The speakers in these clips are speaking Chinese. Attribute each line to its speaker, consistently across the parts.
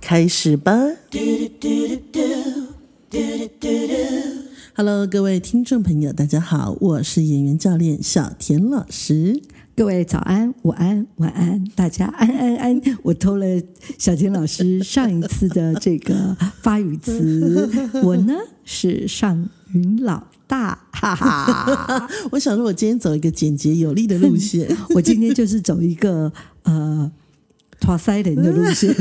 Speaker 1: 开始吧！Hello，各位听众朋友，大家好，我是演员教练小田老师。
Speaker 2: 各位早安、午安、晚安，大家安安 安！我偷了小田老师上一次的这个发语词， 我呢是上云老大，哈 哈！
Speaker 1: 我想说，我今天走一个简洁有力的路线，
Speaker 2: 我今天就是走一个呃，拖塞人的路 线。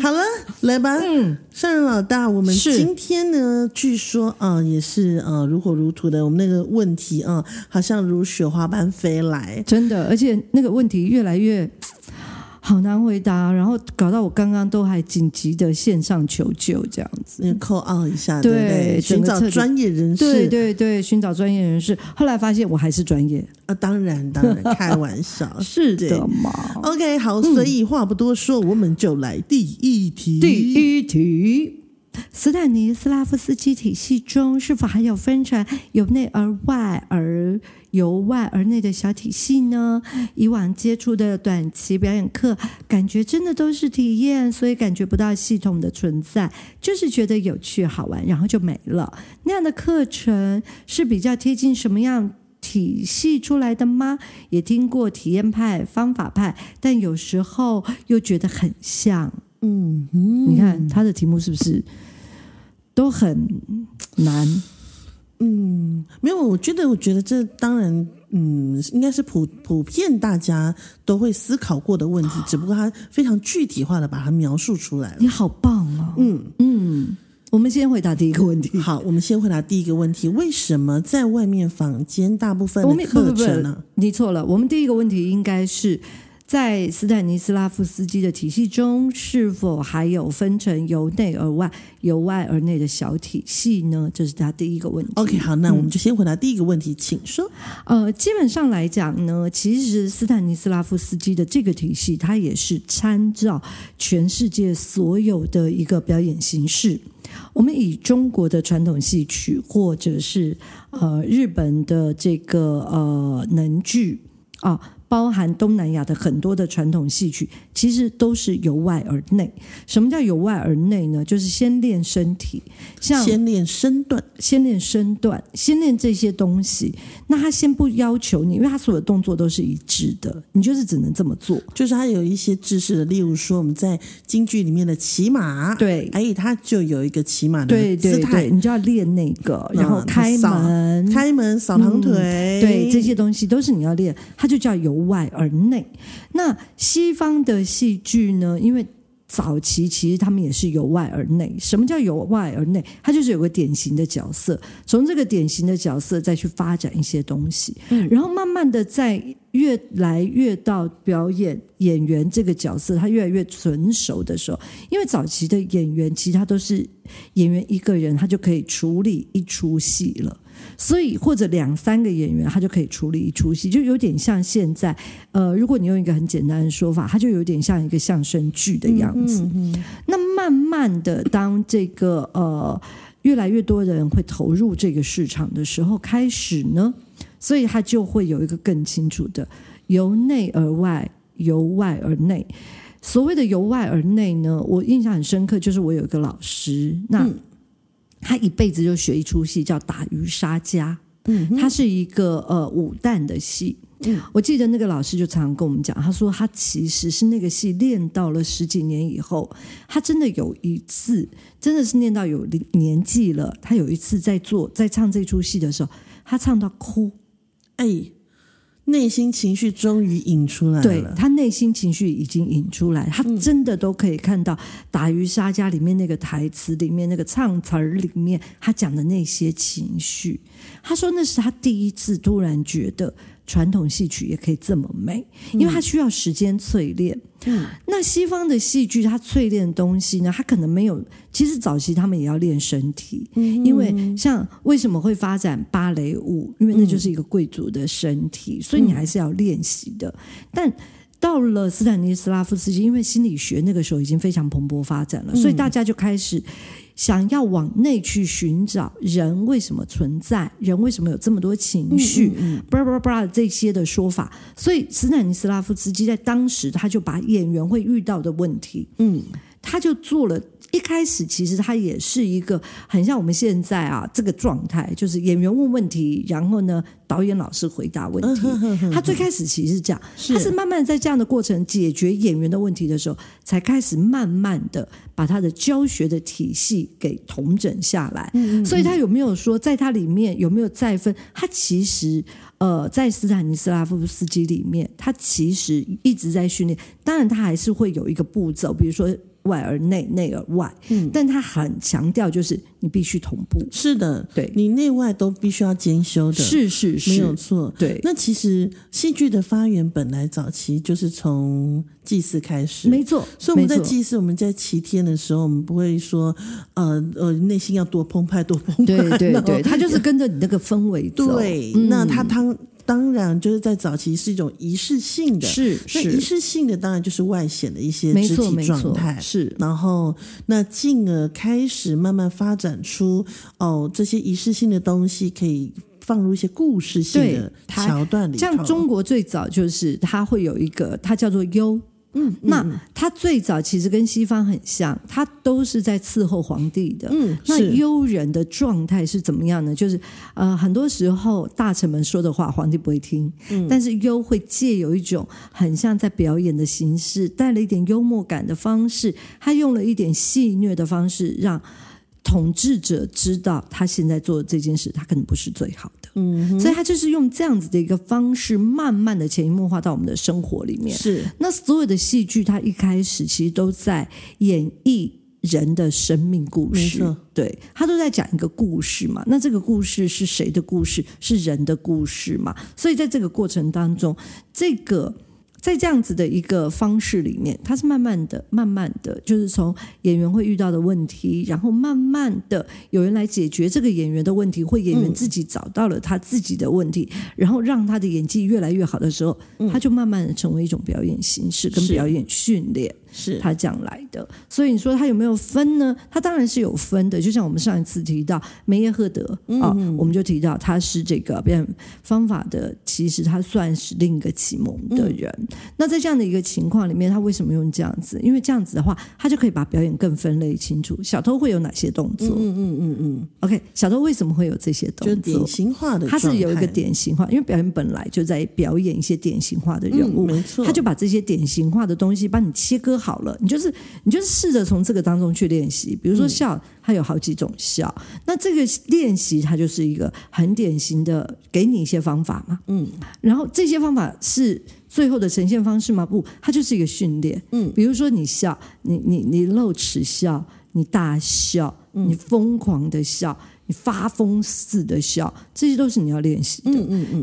Speaker 1: 好了，来吧，嗯，上任老大，我们
Speaker 3: 是
Speaker 1: 今天呢，据说啊、也是啊、如火如荼的，我们那个问题啊、好像如雪花般飞来。
Speaker 2: 真的，而且那个问题越来越好难回答，然后搞到我刚刚都还紧急的线上求救这样子。
Speaker 1: 那扣二一下，
Speaker 2: 嗯对
Speaker 1: 对不对？
Speaker 2: 整
Speaker 1: 寻
Speaker 2: 个
Speaker 1: 找
Speaker 2: 彻底
Speaker 1: 专业人士，
Speaker 2: 对对对，寻找专业人士，后来发现我还是专业，
Speaker 1: 啊，当然 当然，开玩笑，
Speaker 2: 是
Speaker 1: 对
Speaker 2: 的嘛。
Speaker 1: OK，好，所以话不多说，我们就来第一题。
Speaker 2: 第一题，斯坦尼斯拉夫斯基体系中是否还有分成由内而外而由外而内的小体系呢？以往接触的短期表演课，感觉真的都是体验，所以感觉不到系统的存在，就是觉得有趣好玩，然后就没了。那样的课程是比较贴近什么样？体系出来的吗？也听过体验派、方法派，但有时候又觉得很像。
Speaker 1: 嗯嗯
Speaker 2: 你看他的题目是不是都很难？
Speaker 1: 嗯，没有，我觉得，我觉得这当然，嗯，应该是普普遍大家都会思考过的问题，
Speaker 2: 啊
Speaker 1: 只不过他非常具体化的把它描述出来了。
Speaker 2: 你好棒哦！
Speaker 1: 嗯
Speaker 2: 嗯，我们先回答第一个问题。
Speaker 1: 好，我们先回答第一个问题：为什么在外面坊间大部分
Speaker 2: 我
Speaker 1: 的
Speaker 2: 们哦不
Speaker 1: 课
Speaker 2: 不不
Speaker 1: 程呢、，
Speaker 2: 你错了。我们第一个问题应该是在斯坦尼斯拉夫斯基的体系中，是否还有分成由内而外、由外而内的小体系呢？这是他第一个问题。
Speaker 1: o k 好，那我们就先回答第一个问题，请说。
Speaker 2: 呃，基本上来讲呢，其实斯坦尼斯拉夫斯基的这个体系，它也是参照全世界所有的一个表演形式。我们以中国的传统戏曲，或者是呃日本的这个呃能剧啊、包含东南亚的很多的传统戏曲，其实都是由外而内。什么叫由外而内呢？就是先练身体，像
Speaker 1: 先练身段，
Speaker 2: 先练身段，先练这些东西。那他先不要求你，因为他所有动作都是一致的，你就是只能这么做。
Speaker 1: 就是它有一些制式的，例如说我们在京剧里面的骑马，
Speaker 2: 对
Speaker 1: 哎，它就有一个骑马
Speaker 2: 对
Speaker 1: 的姿
Speaker 2: 对
Speaker 1: 态
Speaker 2: 对，，你就要练那个，然后
Speaker 1: 嗯
Speaker 2: 开
Speaker 1: 扫
Speaker 2: 门，
Speaker 1: 开门、扫堂腿，
Speaker 2: 嗯对，这些东西都是你要练，它就叫由外而内。那西方的戏剧呢，因为早期其实他们也是由外而内。什么叫由外而内？它就是有个典型的角色，从这个典型的角色再去发展一些东西，然后慢慢的在越来越到表演演员这个角色，他越来越纯熟的时候，因为早期的演员其实他都是演员一个人，他就可以处理一出戏了。所以或者两三个演员，他就可以处理一出戏，就有点像现在，呃，如果你用一个很简单的说法，它就有点像一个相声剧的样子。那慢慢的，当这个呃越来越多人会投入这个市场的时候，开始呢，所以它就会有一个更清楚的由内而外，由外而内。所谓的由外而内呢，我印象很深刻，就是我有一个老师，那、他一辈子就学一出戏叫《打渔杀家》，嗯，它是一个呃武旦的戏。我记得那个老师就常常跟我们讲，他说他其实是那个戏练到了十几年以后，他真的有一次，真的是练到有年纪了，他有一次在做在唱这出戏的时候，他唱到哭，
Speaker 1: 哎，内心情绪终于引出来
Speaker 2: 对
Speaker 1: 了。
Speaker 2: 他内心情绪已经引出来，他真的都可以看到《打渔杀家》里面那个台词里面那个唱词儿里面他讲的那些情绪。他说那是他第一次突然觉得传统戏曲也可以这么美，因为它需要时间淬炼。
Speaker 1: 嗯，
Speaker 2: 那西方的戏剧，它淬炼的东西呢，它可能没有。其实早期他们也要练身体，因为像为什么会发展芭蕾舞，因为那就是一个贵族的身体，所以你还是要练习的。但到了斯坦尼斯拉夫斯基，因为心理学那个时候已经非常蓬勃发展了，所以大家就开始想要往内去寻找人为什么存在，人为什么有这么多情绪，巴拉巴拉巴拉这些的说法。所以斯坦尼斯拉夫斯基在当时他就把演员会遇到的问题，
Speaker 1: 嗯，
Speaker 2: 他就做了。一开始其实他也是一个很像我们现在啊这个状态，就是演员问问题，然后呢导演老师回答问题。他最开始其实是这样，
Speaker 1: 是
Speaker 2: 他嗯是慢慢在这样的过程解决演员的问题的时候，才开始慢慢的把他的教学的体系给统整下来。所以他有没有说在他里面有没有再分？他其实呃，在斯坦尼斯拉夫斯基里面，他其实一直在训练，当然他还是会有一个步骤，比如说。外而内，内而外，但他很强调就是你必须同步，
Speaker 1: 是的，
Speaker 2: 对
Speaker 1: 你内外都必须要兼修的，
Speaker 2: 是是
Speaker 1: 没
Speaker 2: 是
Speaker 1: 有，错。
Speaker 2: 对，
Speaker 1: 那其实戏剧的发源本来早期就是从祭祀开始，
Speaker 2: 没错，
Speaker 1: 所以我们在
Speaker 2: 没错
Speaker 1: 祭祀，我们在祈天的时候，我们不会说，呃呃，内心要多澎湃，多 澎湃。
Speaker 2: 对对对，
Speaker 1: 他
Speaker 2: 他就是跟着你那个氛围走，
Speaker 1: 对，
Speaker 2: 嗯
Speaker 1: 那他当当然就是在早期是一种仪式性的，
Speaker 2: 是
Speaker 1: 那仪
Speaker 2: 是，
Speaker 1: 式性的当然就是外显的一些
Speaker 2: 没
Speaker 1: 肢
Speaker 2: 错
Speaker 1: 体
Speaker 2: 没
Speaker 1: 状
Speaker 2: 错
Speaker 1: 态，，
Speaker 2: 是
Speaker 1: 然后那进而开始慢慢发展出哦，这些仪式性的东西可以放入一些故事性的
Speaker 2: 对它
Speaker 1: 桥段里头。
Speaker 2: 像中国最早就是它会有一个，它叫做幽。嗯，那它最早其实跟西方很像，它都是在伺候皇帝的。
Speaker 1: 嗯，
Speaker 2: 那
Speaker 1: 是
Speaker 2: 悠人的状态是怎么样呢？就是呃，很多时候大臣们说的话，皇帝不会听，但是悠会借有一种很像在表演的形式，带了一点幽默感的方式，他用了一点戏谑的方式，让统治者知道他现在做的这件事，他可能不是最好的。嗯，所以他就是用这样子的一个方式，慢慢的潜移默化到我们的生活里面。
Speaker 1: 是
Speaker 2: 那所有的戏剧，它一开始其实都在演绎人的生命故
Speaker 1: 没
Speaker 2: 事
Speaker 1: 错，
Speaker 2: 对，它都在讲一个故事嘛。那这个故事是谁的故事？是人的故事嘛？所以在这个过程当中，这个。在这样子的一个方式里面，它是慢慢的、慢慢的，就是从演员会遇到的问题，然后慢慢的有人来解决这个演员的问题，或演员自己找到了他自己的问题，然后让他的演技越来越好的时候，他就慢慢的成为一种表演形式跟
Speaker 1: 是
Speaker 2: 表演训练，
Speaker 1: 是，
Speaker 2: 他这样来的。所以你说他有没有分呢？他当然是有分的。就像我们上一次提到梅耶赫德啊、
Speaker 1: 嗯
Speaker 2: 我们就提到他是这个表演方法的，其实他算是另一个启蒙的人。
Speaker 1: 嗯
Speaker 2: 那在这样的一个情况里面，他为什么用这样子？因为这样子的话，他就可以把表演更分类清楚。小偷会有哪些动作、
Speaker 1: 嗯嗯嗯嗯，
Speaker 2: o k 小偷为什么会有这些动
Speaker 1: 就
Speaker 2: 作
Speaker 1: 典？型化的
Speaker 2: 他
Speaker 1: 状态，
Speaker 2: 是有一个典型化，因为表演本来就在表演一些典型化的人
Speaker 1: 嗯，
Speaker 2: 物，
Speaker 1: 没错，
Speaker 2: 他就把这些典型化的东西帮你切割好了，你就是你就是试着从这个当中去练习。比如说笑，它有好几种笑，那这个练习它就是一个很典型的，给你一些方法嘛，嗯，然后这些方法是。最后的呈现方式吗？不，它就是一个训练。嗯，比如说你笑，你你你露齿笑，你大笑，你疯狂的笑，你发疯似的笑，这些都是你要练习
Speaker 1: 嗯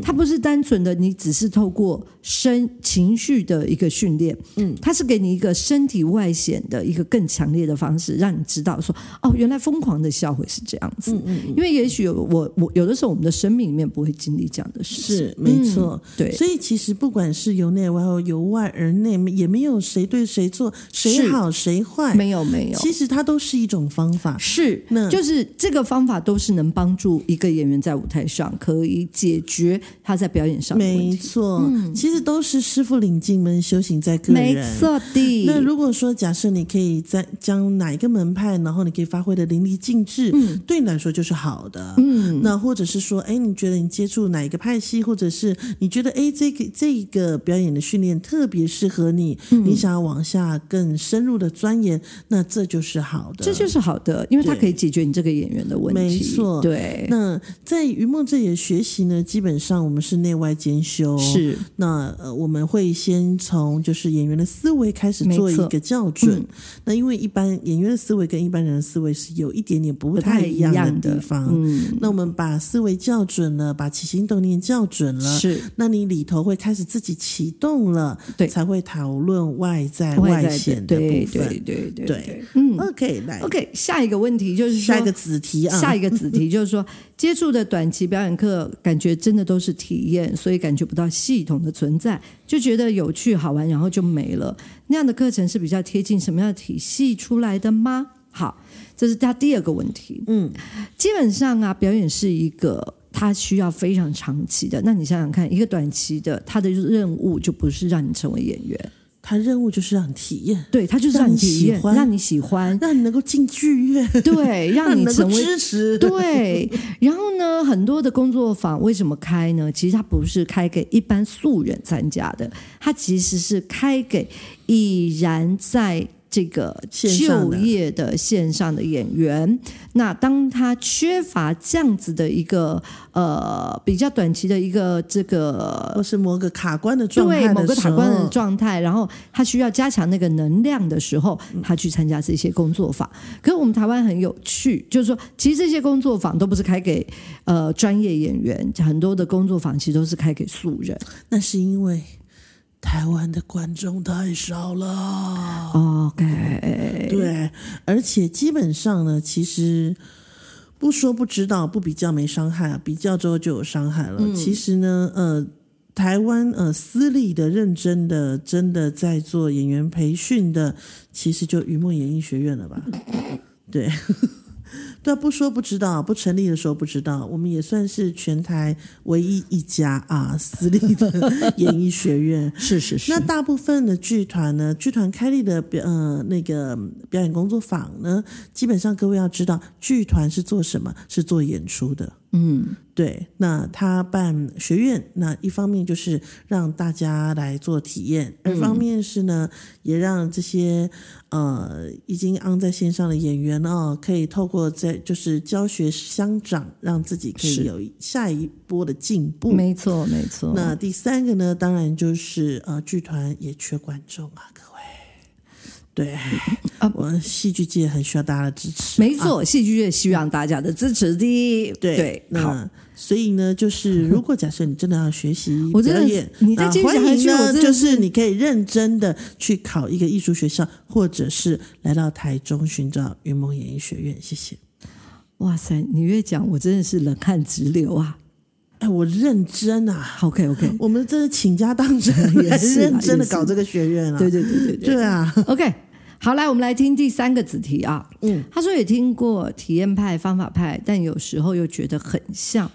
Speaker 2: 的。它不是单纯的你只是透过身情绪的一个训练，嗯，它是给你一个身体外显的一个更强烈的方式，让你知道说，哦，原来疯狂的笑会是这样子，嗯嗯因为也许有我我有的时候我们的生命里面不会经历这样的事情，
Speaker 1: 是没错。
Speaker 2: 对，
Speaker 1: 所以其实不管是由内外或由外而内，也没有谁对谁错，谁
Speaker 2: 是
Speaker 1: 好谁坏。
Speaker 2: 没有没有，
Speaker 1: 其实它都是一种方法，
Speaker 2: 是
Speaker 1: 那，
Speaker 2: 就是这个方法都是能帮助一个演员在舞台上可以解决他在表演上的问
Speaker 1: 没
Speaker 2: 题，嗯
Speaker 1: 错。其实都是师傅领进门，修行在个人。
Speaker 2: 没错的。
Speaker 1: 那如果说假设你可以在将哪一个门派，然后你可以发挥的淋漓尽致，嗯，对你来说就是好的，嗯。那或者是说，哎，你觉得你接触哪一个派系，或者是你觉得哎这个这个表演的训练特别适合你，
Speaker 2: 嗯
Speaker 1: 你想要往下更深入的钻研，那这就是好的，
Speaker 2: 这就是好的，因为它
Speaker 1: 对
Speaker 2: 可以解决你这个演员的问题。
Speaker 1: 没错
Speaker 2: 对，
Speaker 1: 那在云梦这里的学习呢，基本上我们是内外兼修。，
Speaker 2: 是
Speaker 1: 那呃，我们会先从就是演员的思维开始
Speaker 2: 没
Speaker 1: 做一
Speaker 2: 错
Speaker 1: 个校准。
Speaker 2: 嗯
Speaker 1: 那因为一般演员的思维跟一般人的思维是有一点点不太一样的地方。
Speaker 2: 嗯，
Speaker 1: 那我们把思维校准了，把起心动念校准了，
Speaker 2: 是
Speaker 1: 那你里头会开始自己启动了，
Speaker 2: 对
Speaker 1: 才会讨论外在
Speaker 2: 外在
Speaker 1: 显的
Speaker 2: 对
Speaker 1: 部
Speaker 2: 对
Speaker 1: 分。
Speaker 2: 对对
Speaker 1: 对，
Speaker 2: 嗯
Speaker 1: OK，来
Speaker 2: OK，下一个问题就是说
Speaker 1: 下一个子题啊，
Speaker 2: 下一个子题就是说，接触的短期表演课，感觉真的都是体验，所以感觉不到系统的存在，就觉得有趣好玩，然后就没了。那样的课程是比较贴近什么样的体系出来的吗？好，这是他第二个问题。
Speaker 1: 嗯，
Speaker 2: 基本上啊，表演是一个。它需要非常长期的，那你想想看，一个短期的，它的任务就不是让你成为演员，
Speaker 1: 他任务就是让你体验，
Speaker 2: 对，它就是
Speaker 1: 让
Speaker 2: 让
Speaker 1: 你
Speaker 2: 你体
Speaker 1: 喜
Speaker 2: 验，
Speaker 1: 欢，
Speaker 2: 让你喜欢
Speaker 1: 让你能够进剧院，
Speaker 2: 对， 让
Speaker 1: 你
Speaker 2: 你
Speaker 1: 能够
Speaker 2: 成为
Speaker 1: 支持。
Speaker 2: 对，然后呢，很多的工作坊为什么开呢？其实它不是开给一般素人参加的，它其实是开给已然在。这个
Speaker 1: 线上
Speaker 2: 就
Speaker 1: 的
Speaker 2: 业的线上的演员，那当他缺乏这样子的一个呃比较短期的一个这个
Speaker 1: 或是某个卡关的状态
Speaker 2: 对
Speaker 1: 的
Speaker 2: 某个
Speaker 1: 时
Speaker 2: 卡
Speaker 1: 候
Speaker 2: 关的状态，然后他需要加强那个能量的时候，
Speaker 1: 嗯
Speaker 2: 他去参加这些工作坊。可是我们台湾很有趣，就是说，其实这些工作坊都不是开给呃专业演员，很多的工作坊其实都是开给素人。
Speaker 1: 那是因为台湾的观众太少了，
Speaker 2: OK，
Speaker 1: 对，而且基本上呢，其实。不说不知道，不比较没伤害啊，比较之后就有伤害了。其实呢，呃，台湾呃私立的认真的真的在做演员培训的，其实就云梦演艺学院了吧？对， 对啊，不说不知道，不成立的时候不知道，我们也算是全台唯一一家啊私立的 演艺学院。
Speaker 2: 是是是
Speaker 1: 那，大部分的剧团呢，剧团开立的表呃那个表演工作坊呢，基本上各位要知道，剧团是做什么？是做演出的。
Speaker 2: 嗯，
Speaker 1: 对，那他办学院，那一方面就是让大家来做体验，二方面是呢，也让这些呃已经 on 在线上的演员哦，可以透过在就是教学相长，让自己可以
Speaker 2: 是
Speaker 1: 有下一波的进步。
Speaker 2: 没错没错。
Speaker 1: 那第三个呢，当然就是呃，剧团也缺观众啊，各位。对，
Speaker 2: 嗯啊
Speaker 1: 我戏剧界很需要大家的支持。
Speaker 2: 没错，戏剧也需要大家的支持的。
Speaker 1: 啊对，
Speaker 2: 好，
Speaker 1: 那所以呢，就 是如果假设你真的要学习
Speaker 2: 我真
Speaker 1: 表
Speaker 2: 的
Speaker 1: 演，
Speaker 2: 你再
Speaker 1: 那
Speaker 2: 继续
Speaker 1: 欢
Speaker 2: 讲下
Speaker 1: 迎
Speaker 2: 去我
Speaker 1: 呢，
Speaker 2: 真的
Speaker 1: 就是你可以认真的去考一个艺术学校，或者是来到台中寻找云梦演艺学院。谢谢。
Speaker 2: 哇塞，你越讲我真的是冷汗直流啊。
Speaker 1: 哎，我认真啊，
Speaker 2: OK OK，
Speaker 1: 我们真的倾家荡产，很
Speaker 2: 也是啊
Speaker 1: 认真的
Speaker 2: 也是
Speaker 1: 搞这个学院啊。
Speaker 2: 对对对对对。
Speaker 1: 对啊，
Speaker 2: OK，好，来我们来听第三个子题啊。
Speaker 1: 嗯，
Speaker 2: 他说也听过体验派、方法派，但有时候又觉得很像。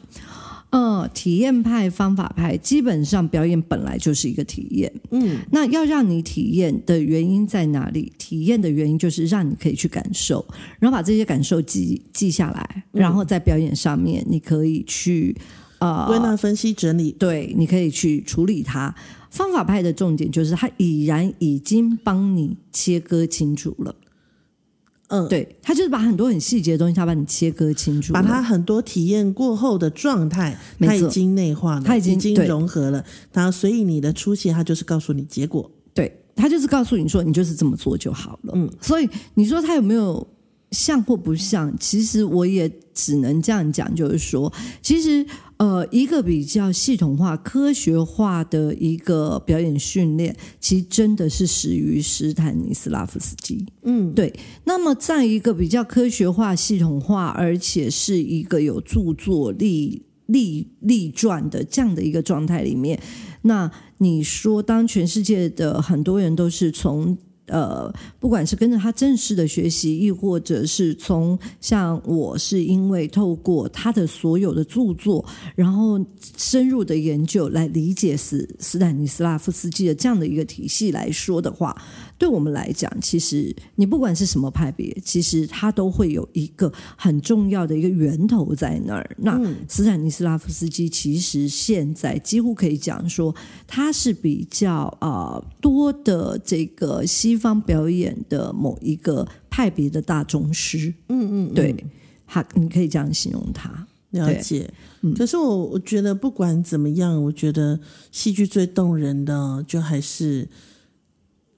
Speaker 2: 嗯，体验派、方法派，基本上表演本来就是一个体验。嗯，那要让你体验的原因在哪里？体验的原因就是让你可以去感受，然后把这些感受记记下来，然后在表演上面你可以去呃
Speaker 1: 归纳分析整理，
Speaker 2: 对，你可以去处理它。方法派的重点就是它已然已经帮你切割清楚了，
Speaker 1: 嗯，
Speaker 2: 对，它就是把很多很细节的东西，它把你切割清楚了，
Speaker 1: 把他很多体验过后的状态，
Speaker 2: 没
Speaker 1: 他已
Speaker 2: 错
Speaker 1: 经内化了，
Speaker 2: 他已经对
Speaker 1: 融合了，然后所以你的出现，他就是告诉你结果。
Speaker 2: 对，它就是告诉你说你就是这么做就好了。嗯，所以你说它有没有像或不像？其实我也只能这样讲，就是说，其实呃，一个比较系统化、科学化的一个表演训练，其实真的是始于斯坦尼斯拉夫斯基。
Speaker 1: 嗯，
Speaker 2: 对。那么，在一个比较科学化、系统化，而且是一个有著作力。力力传的这样的一个状态里面，那你说，当全世界的很多人都是从呃，不管是跟着他正式的学习，亦或者是从像我是因为透过他的所有的著作，然后深入的研究来理解斯斯坦尼斯拉夫斯基的这样的一个体系来说的话，对我们来讲，其实你不管是什么派别，其实它都会有一个很重要的一个源头在那儿。那
Speaker 1: 嗯
Speaker 2: 斯坦尼斯拉夫斯基其实现在几乎可以讲说，他是比较呃多的这个西方表演的某一个派别的大宗师。嗯嗯，对。他你可以这样形容他。
Speaker 1: 了解，
Speaker 2: 嗯
Speaker 1: 可是我我觉得不管怎么样，我觉得戏剧最动人的就还是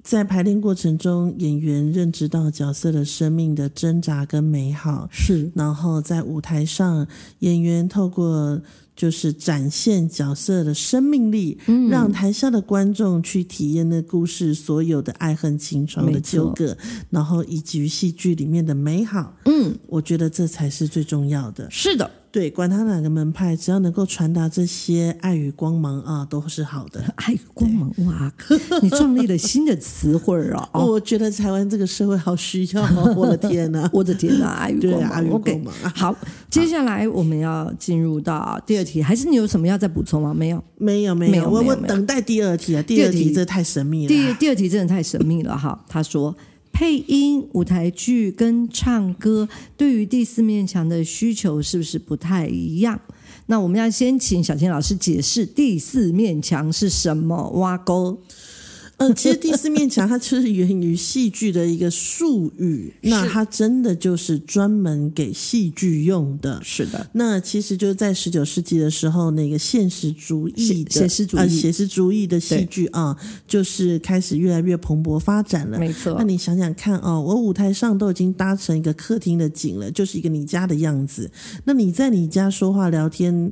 Speaker 1: 在排练过程中，演员认知到角色的生命的挣扎跟美好，
Speaker 2: 是
Speaker 1: 然后在舞台上，演员透过就是展现角色的生命力，
Speaker 2: 嗯
Speaker 1: 让台下的观众去体验那故事所有的爱恨情仇的
Speaker 2: 没错
Speaker 1: 纠葛，然后以及戏剧里面的美好，
Speaker 2: 嗯，
Speaker 1: 我觉得这才是最重要的。
Speaker 2: 是的，
Speaker 1: 对，管他哪个门派，只要能够传达这些爱与光芒啊，都是好的。
Speaker 2: 爱与光芒哇，你创立了新的词汇儿啊！哦，
Speaker 1: 我觉得台湾这个社会好需要哦，我的天 哪、
Speaker 2: 我的天哪，爱与
Speaker 1: 对
Speaker 2: 光
Speaker 1: 啊，爱
Speaker 2: 芒
Speaker 1: 与光
Speaker 2: ，OK。
Speaker 1: 芒啊，
Speaker 2: 好，接下来我们要进入到第二题，还是你有什么要再补充吗？没有。
Speaker 1: 没有没
Speaker 2: 没有
Speaker 1: 我
Speaker 2: 没有
Speaker 1: 我
Speaker 2: 没有
Speaker 1: 等待第二题啊，第
Speaker 2: 第
Speaker 1: 二
Speaker 2: 二
Speaker 1: 题
Speaker 2: 题
Speaker 1: 这太神秘
Speaker 2: 第
Speaker 1: 了。
Speaker 2: 第二题真的太神秘了哈。他说，配音、舞台剧跟唱歌对于第四面墙的需求是不是不太一样？那我们要先请小千老师解释第四面墙是什么挖沟。
Speaker 1: 嗯、其实第四面墙它就是源于戏剧的一个术语，那它真的就是专门给戏剧用的。
Speaker 2: 是的，
Speaker 1: 那其实就是在十九世纪的时候，那个现实主义的
Speaker 2: 写写实主义
Speaker 1: 呃写实主义的戏剧啊，就是开始越来越蓬勃发展了。
Speaker 2: 没错
Speaker 1: 那。你想想看哦，我舞台上都已经搭成一个客厅的景了，就是一个你家的样子。那你在你家说话聊天，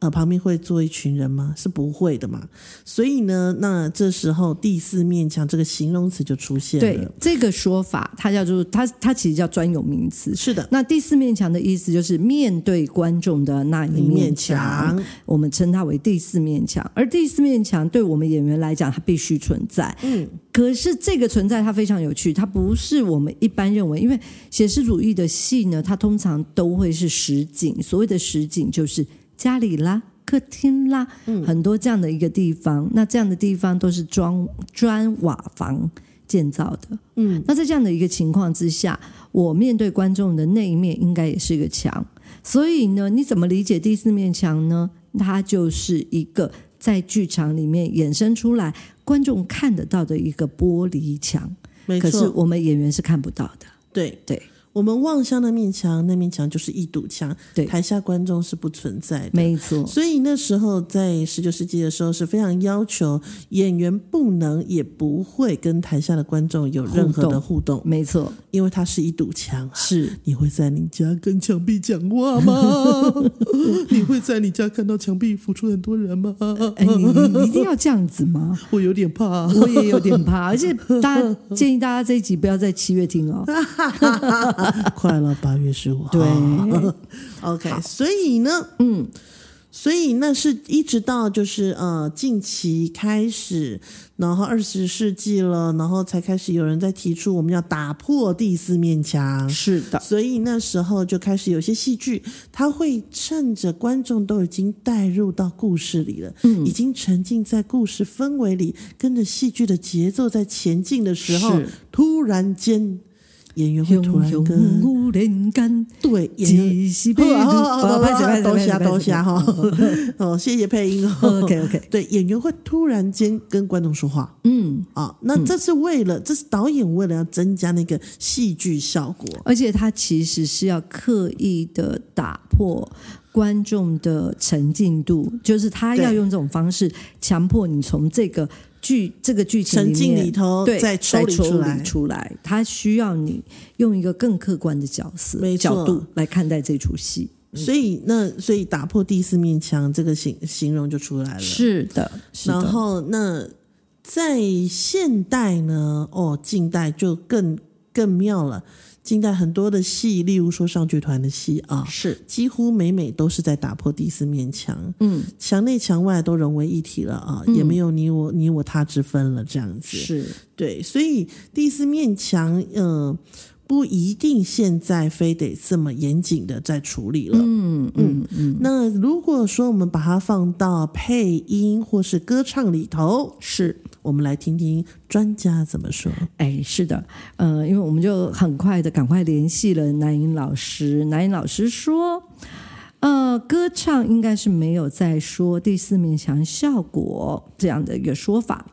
Speaker 1: 呃，旁边会坐一群人吗？是不会的嘛。所以呢，那这时候第四面墙这个形容词就出现
Speaker 2: 对
Speaker 1: 了。
Speaker 2: 这个说法，它叫做它它其实叫专有名词。
Speaker 1: 是的，
Speaker 2: 那第四面墙的意思就是面对观众的那一
Speaker 1: 一面
Speaker 2: 面墙，
Speaker 1: 墙，
Speaker 2: 我们称它为第四面墙。而第四面墙对我们演员来讲，它必须存在。
Speaker 1: 嗯，
Speaker 2: 可是这个存在它非常有趣，它不是我们一般认为，因为写实主义的戏呢，它通常都会是实景。所谓的实景就是家里啦。客厅啦，很多这样的一个地方，那这样的地方都是砖砖瓦房建造的，嗯，那在这样的一个情况之下，我面对观众的那一面应该也是一个墙，所以呢，你怎么理解第四面墙呢？它就是一个在剧场里面衍生出来观众看得到的一个玻璃墙，
Speaker 1: 没
Speaker 2: 可是
Speaker 1: 错，
Speaker 2: 我们演员是看不到的。
Speaker 1: 对
Speaker 2: 对。
Speaker 1: 我们望向那面墙，那面墙就是一堵墙，
Speaker 2: 对
Speaker 1: 台下观众是不存在的。
Speaker 2: 没错，
Speaker 1: 所以那时候在十九世纪的时候是非常要求演员不能也不会跟台下的观众有任何的互动，
Speaker 2: 没错，
Speaker 1: 因为它是一堵墙啊。
Speaker 2: 是
Speaker 1: 你会在你家跟墙壁讲话 吗？你会在你家看到墙壁浮出很多人吗？
Speaker 2: 哎，你你你一定要这样子吗？
Speaker 1: 我有点怕、
Speaker 2: 我也有点怕，而且大家建议大家这一集不要在七月听 哦。
Speaker 1: 快了，八月十五号。
Speaker 2: 对
Speaker 1: ，OK，所以呢，嗯，所以那是一直到就是呃近期开始，然后二十世纪了，然后才开始有人在提出我们要打破第四面墙。
Speaker 2: 是 的，
Speaker 1: 所以那时候就开始有些戏剧，它会趁着观众都已经带入到故事里了，嗯，已经沉浸在故事氛围里，跟着戏剧的节奏在前进的时候
Speaker 2: 是，
Speaker 1: 突然间演员会突
Speaker 2: 永
Speaker 1: 然
Speaker 2: 永
Speaker 1: 跟
Speaker 2: 无人敢
Speaker 1: 对，演哦员
Speaker 2: 只是被
Speaker 1: 不
Speaker 2: 路。
Speaker 1: 好，
Speaker 2: 拍手拍手
Speaker 1: 哦多
Speaker 2: 拍手
Speaker 1: 下
Speaker 2: 拍手
Speaker 1: 多下哈， 哦，谢谢配音哦。
Speaker 2: OK OK，
Speaker 1: 对，演员会突然间跟观众说话，嗯啊，那这是为了，这是导演为了要增加那个戏剧效果，
Speaker 2: 而且他其实是要刻意的打破观众的沉浸度，就是他
Speaker 1: 对
Speaker 2: 要用这种方式强迫你从这个剧这个剧情
Speaker 1: 沉
Speaker 2: 里
Speaker 1: 浸
Speaker 2: 面
Speaker 1: 里头
Speaker 2: 对
Speaker 1: 再抽离
Speaker 2: 抽
Speaker 1: 出来
Speaker 2: 离。出来，他需要你用一个更客观的角色
Speaker 1: 没错
Speaker 2: 角度来看待这出戏。
Speaker 1: 所以那所以打破第四面墙这个形形容就出来了。
Speaker 2: 是的，是
Speaker 1: 然
Speaker 2: 的，
Speaker 1: 后那在现代呢，哦，近代就更更妙了。近代很多的戏，例如说上剧团的戏啊，
Speaker 2: 是
Speaker 1: 几乎每每都是在打破第四面墙，
Speaker 2: 嗯，
Speaker 1: 墙内墙外都融为一体了啊，也没有你我你我他之分了，这样子。
Speaker 2: 是
Speaker 1: 对，所以第四面墙，呃，不一定现在非得这么严谨的在处理了。嗯嗯嗯。那如果说我们把它放到配音或是歌唱里头，
Speaker 2: 是。
Speaker 1: 我们来听听专家怎么说。
Speaker 2: 哎，是的，呃，因为我们就很快的赶快联系了南英老师，南英老师说。呃，歌唱应该是没有在说第四面墙效果这样的一个说法。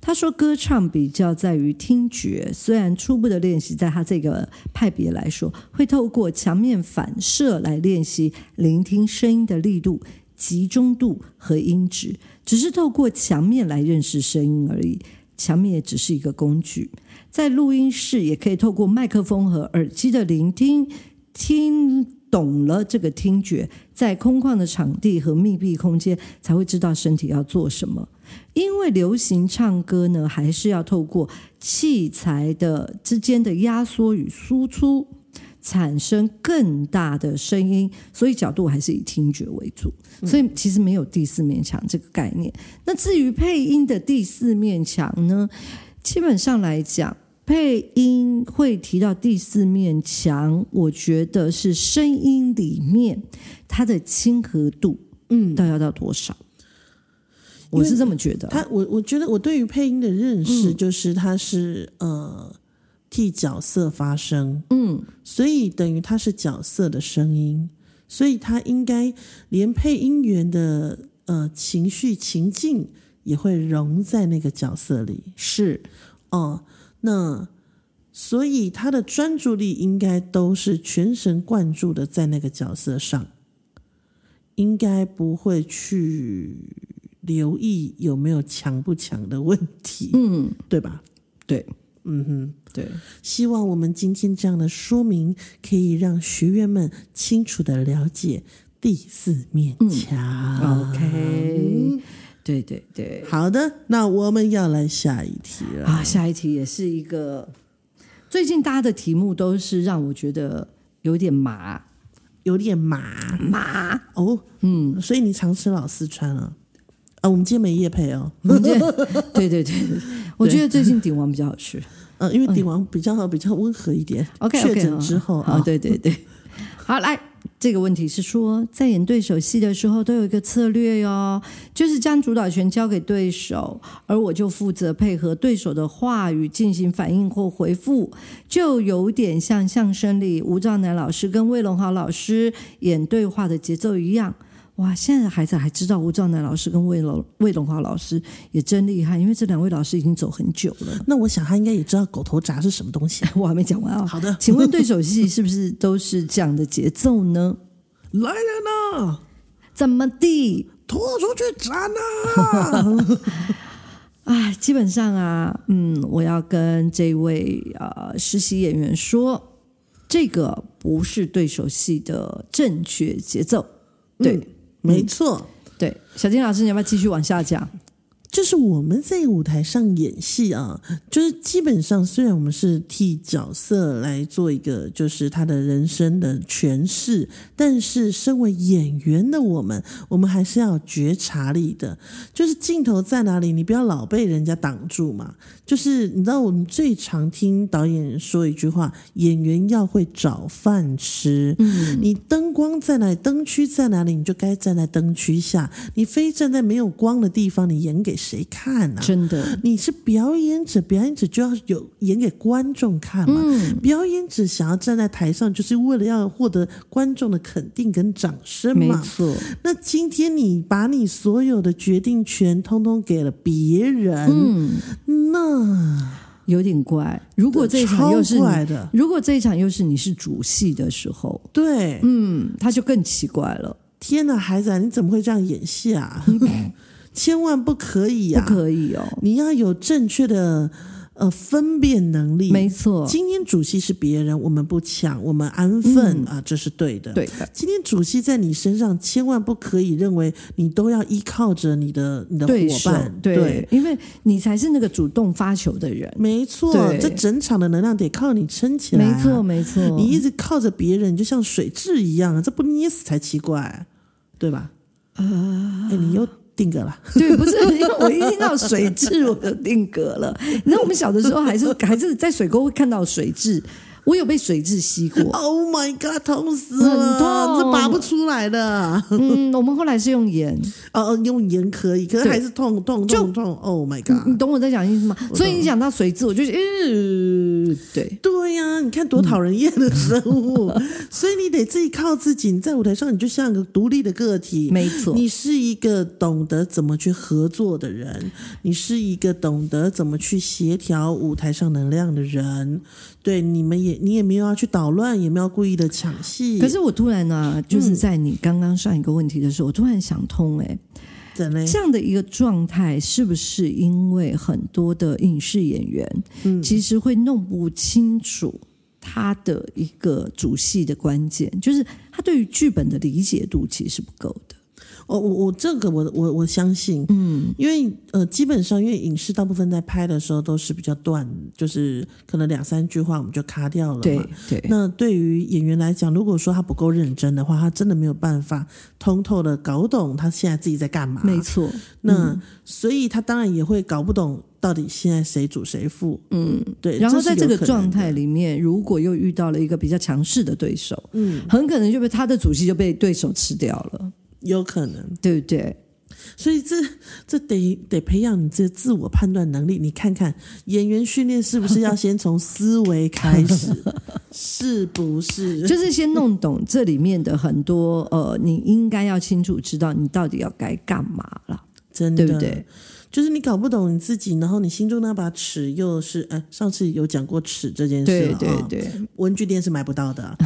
Speaker 2: 他说，歌唱比较在于听觉，虽然初步的练习，在他这个派别来说，会透过墙面反射来练习聆听声音的力度、集中度和音质，只是透过墙面来认识声音而已。墙面也只是一个工具，在录音室也可以透过麦克风和耳机的聆听，听懂了这个听觉，在空旷的场地和密闭空间才会知道身体要做什么。因为流行唱歌呢，还是要透过器材的之间的压缩与输出，产生更大的声音，所以角度还是以听觉为主。所以其实没有第四面墙这个概念。那至于配音的第四面墙呢，基本上来讲。配音会提到第四面墙，我觉得是声音里面它的亲和度，嗯，到要到多少？我是这么觉得。
Speaker 1: 他我我觉得我对于配音的认识就是他是、呃替角色发声，
Speaker 2: 嗯，
Speaker 1: 所以等于他是角色的声音，所以他应该连配音员的呃情绪情境也会融在那个角色里
Speaker 2: 是
Speaker 1: 哦。那所以他的专注力应该都是全神贯注的在那个角色上，应该不会去留意有没有强不强的问题，
Speaker 2: 嗯，
Speaker 1: 对吧？
Speaker 2: 对，
Speaker 1: 嗯哼。
Speaker 2: 对，
Speaker 1: 希望我们今天这样的说明，可以让学员们清楚的了解第四面墙。
Speaker 2: 嗯 OK 对对对。
Speaker 1: 好的，那我们要来下一题了。
Speaker 2: 啊，下一题也是一个，最近大家的题目都是让我觉得有点麻
Speaker 1: 有点麻
Speaker 2: 麻。
Speaker 1: 哦，嗯，所以你常吃老四川啊？啊，我们今天没夜配哦，
Speaker 2: 你这对对对，我觉得最近鼎王比较好吃。
Speaker 1: 呃，因为鼎王比较好，比较温和一点。
Speaker 2: OK，
Speaker 1: 确诊之后
Speaker 2: 啊，
Speaker 1: 啊，
Speaker 2: 对对 对，好来。这个问题是说，在演对手戏的时候都有一个策略哟，就是将主导权交给对手，而我就负责配合对手的话语进行反应或回复，就有点像相声里吴兆南老师跟魏龙豪老师演对话的节奏一样。哇，现在的孩子还知道吴兆南老师跟魏龙魏龙华老师也真厉害，因为这两位老师已经走很久了。
Speaker 1: 那我想他应该也知道狗头铡是什么东西。
Speaker 2: 我还没讲完啊、
Speaker 1: 好的，
Speaker 2: 请问对手戏是不是都是这样的节奏呢？
Speaker 1: 来人呐、
Speaker 2: 怎么地
Speaker 1: 拖出去斩呐、
Speaker 2: 啊？基本上啊，嗯，我要跟这位呃实习演员说，这个不是对手戏的正确节奏。对、
Speaker 1: 没错，
Speaker 2: 嗯对，小金老师，你要不要继续往下讲？
Speaker 1: 就是我们在舞台上演戏啊，就是基本上虽然我们是替角色来做一个就是他的人生的诠释，但是身为演员的我们，我们还是要有觉察力的。就是镜头在哪里，你不要老被人家挡住嘛。就是你知道，我们最常听导演说一句话：演员要会找饭吃。嗯，你灯光在哪里，灯区在哪里，你就该站在灯区下。你非站在没有光的地方，你演给谁看呢、啊？
Speaker 2: 真的，
Speaker 1: 你是表演者，表演者就要有演给观众看嘛。
Speaker 2: 嗯
Speaker 1: 表演者想要站在台上，就是为了要获得观众的肯定跟掌声
Speaker 2: 没
Speaker 1: 嘛。
Speaker 2: 错，
Speaker 1: 那今天你把你所有的决定权通通给了别人，
Speaker 2: 嗯
Speaker 1: 那
Speaker 2: 有点怪。如果这一场又是
Speaker 1: 超怪
Speaker 2: 你，
Speaker 1: 的，
Speaker 2: 如果这一场又是你是主戏的时候，
Speaker 1: 对，
Speaker 2: 嗯，他就更奇怪了，
Speaker 1: 天哪，孩子、啊，你怎么会这样演戏啊？ 千万不可以
Speaker 2: 不
Speaker 1: 啊！
Speaker 2: 可以哦。
Speaker 1: 你要有正确的呃分辨能力。
Speaker 2: 没错，
Speaker 1: 今天主席是别人，我们不抢，我们安分、
Speaker 2: 嗯
Speaker 1: 啊，这是对的。
Speaker 2: 对的，
Speaker 1: 今天主席在你身上，千万不可以认为你都要依靠着你的你的伙
Speaker 2: 对手
Speaker 1: 伴，
Speaker 2: 对，因为你才是那个主动发球的人，
Speaker 1: 没错，
Speaker 2: 对
Speaker 1: 这整场的能量得靠你撑起来、
Speaker 2: 没错，，没错，
Speaker 1: 啊你一直靠着别人，你就像水蛭一样，这不捏死才奇怪，对吧？
Speaker 2: 呃
Speaker 1: 啊、你又定格了，
Speaker 2: 对，不是，因为我一听到水 蛭，我就定格了。你知道我们小的时候还是还是在水沟会看到水蛭，我有被水蛭吸 过。
Speaker 1: Oh my god，痛死
Speaker 2: 很
Speaker 1: 了，
Speaker 2: 痛
Speaker 1: 这拔不出来的。
Speaker 2: 嗯，我们后来是用盐，
Speaker 1: 哦哦，用盐可以，可是
Speaker 2: 对
Speaker 1: 还是痛痛
Speaker 2: 就
Speaker 1: 痛痛。Oh my
Speaker 2: 你
Speaker 1: god！
Speaker 2: 懂我在讲意思吗？所以你讲到水蛭，我就觉得，呃，对，
Speaker 1: 对呀、你看
Speaker 2: 嗯
Speaker 1: 多讨人厌的生物， 所以你得自己靠自己。你在舞台上，你就像个独立的个体，
Speaker 2: 没错。
Speaker 1: 你是一个懂得怎么去合作的人，你是一个懂得怎么去协调舞台上能量的人。对，你们也你也没有要去捣乱，也没有故意的抢戏。
Speaker 2: 可是我突然呢、啊就是
Speaker 1: 嗯
Speaker 2: 在你刚刚上一个问题的时候，我突然想通、哎，
Speaker 1: 怎嘞？
Speaker 2: 这样的一个状态，是不是因为很多的影视演员，其实会弄不清楚他的一个主戏的关键，就是他对于剧本的理解度其实是不够的。
Speaker 1: 哦，我我这个我我我相信，嗯，因为呃，基本上因为影视大部分在拍的时候都是比较断，就是可能两三句话我们就卡掉了嘛。
Speaker 2: 对，
Speaker 1: 那对于演员来讲，如果说他不够认真的话，他真的没有办法通透的搞懂他现在自己在干嘛。
Speaker 2: 没错，嗯
Speaker 1: 那、所以他当然也会搞不懂到底现在谁主谁副。嗯，对。
Speaker 2: 然后在呃这
Speaker 1: 这
Speaker 2: 个
Speaker 1: 是有可能
Speaker 2: 状
Speaker 1: 的
Speaker 2: 态里面，如果又遇到了一个比较强势的对手，嗯，很可能就被他的主戏就被对手吃掉了，
Speaker 1: 有可能，
Speaker 2: 对不 对？
Speaker 1: 所以这这得得培养你这自我判断能力。你看看演员训练是不是要先从思维开 始？是不是？
Speaker 2: 就是先弄懂这里面的很多呃，你应该要清楚知道你到底要该干嘛了，
Speaker 1: 真的
Speaker 2: 对不嗯对？？
Speaker 1: 就是你搞不懂你自己，然后你心中那把尺又是……哎，上次有讲过尺这件事
Speaker 2: 对
Speaker 1: 了啊、
Speaker 2: 对对，
Speaker 1: 文具店是买不到 的啊。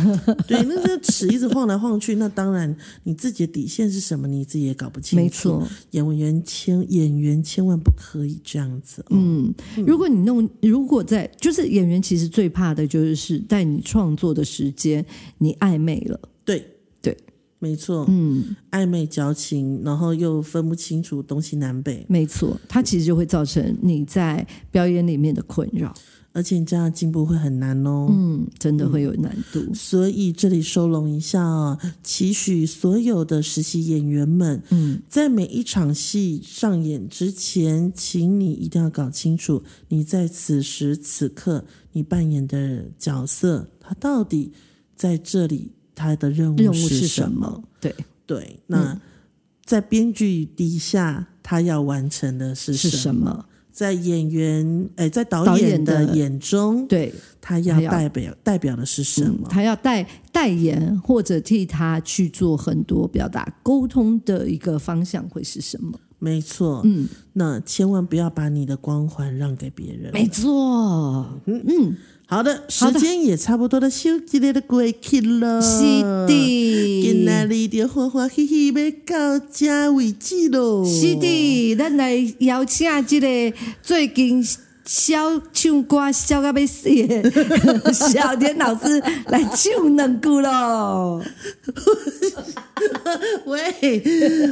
Speaker 1: 对，那个尺一直晃来晃去，那当然你自己的底线是什么，你自己也搞不清楚。
Speaker 2: 没错，。
Speaker 1: 演员千演员千万不可以这样子、嗯，
Speaker 2: 如果你弄，如果在就是演员其实最怕的就是在你创作的时间你暧昧了，
Speaker 1: 对
Speaker 2: 对，
Speaker 1: 没错。
Speaker 2: 嗯，
Speaker 1: 暧昧矫情，然后又分不清楚东西南北，
Speaker 2: 没错，它其实就会造成你在表演里面的困扰，
Speaker 1: 而且你这样进步会很难哦。
Speaker 2: 嗯，真的会有难度。
Speaker 1: 所以这里收拢一下啊、期许所有的实习演员们，
Speaker 2: 嗯，
Speaker 1: 在每一场戏上演之前，请你一定要搞清楚，你在此时此刻你扮演的角色，他到底在这里他的任
Speaker 2: 嗯任
Speaker 1: 务
Speaker 2: 务
Speaker 1: 是
Speaker 2: 是
Speaker 1: 什
Speaker 2: 什
Speaker 1: 么
Speaker 2: 么？？对，嗯
Speaker 1: 对，那、在编剧底下，他要完成的是
Speaker 2: 是
Speaker 1: 什
Speaker 2: 什
Speaker 1: 么？
Speaker 2: 么？
Speaker 1: 在演员哎，在导
Speaker 2: 导
Speaker 1: 演
Speaker 2: 演的
Speaker 1: 的眼中，
Speaker 2: 对，
Speaker 1: 他要
Speaker 2: 他要
Speaker 1: 代表代表的是什
Speaker 2: 嗯
Speaker 1: 么？
Speaker 2: 他要代代言或者替他去做很多表达沟通的一个方向会是什么？
Speaker 1: 没错，
Speaker 2: 嗯，
Speaker 1: 那千万不要把你的光环让给别人。
Speaker 2: 没错，
Speaker 1: 好的，时
Speaker 2: 好的
Speaker 1: 间也差不多了，休息的的过去了。
Speaker 2: 是
Speaker 1: 今
Speaker 2: 的，
Speaker 1: 仔日就欢欢喜喜要到这为止喽。
Speaker 2: 是，的，咱来邀请这个最近。小唱歌小到要死的 小田老师来唱两句喽，
Speaker 1: 喂，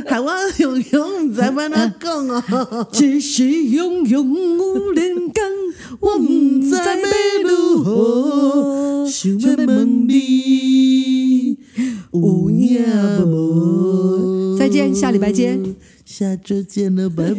Speaker 1: 海我用用唔知要安怎讲哦。
Speaker 2: 只是庸庸无人讲，我唔知要如何，
Speaker 1: 想
Speaker 2: 要问
Speaker 1: 你
Speaker 2: 有影 无？再见，下礼拜见。
Speaker 1: 下周见了，拜拜。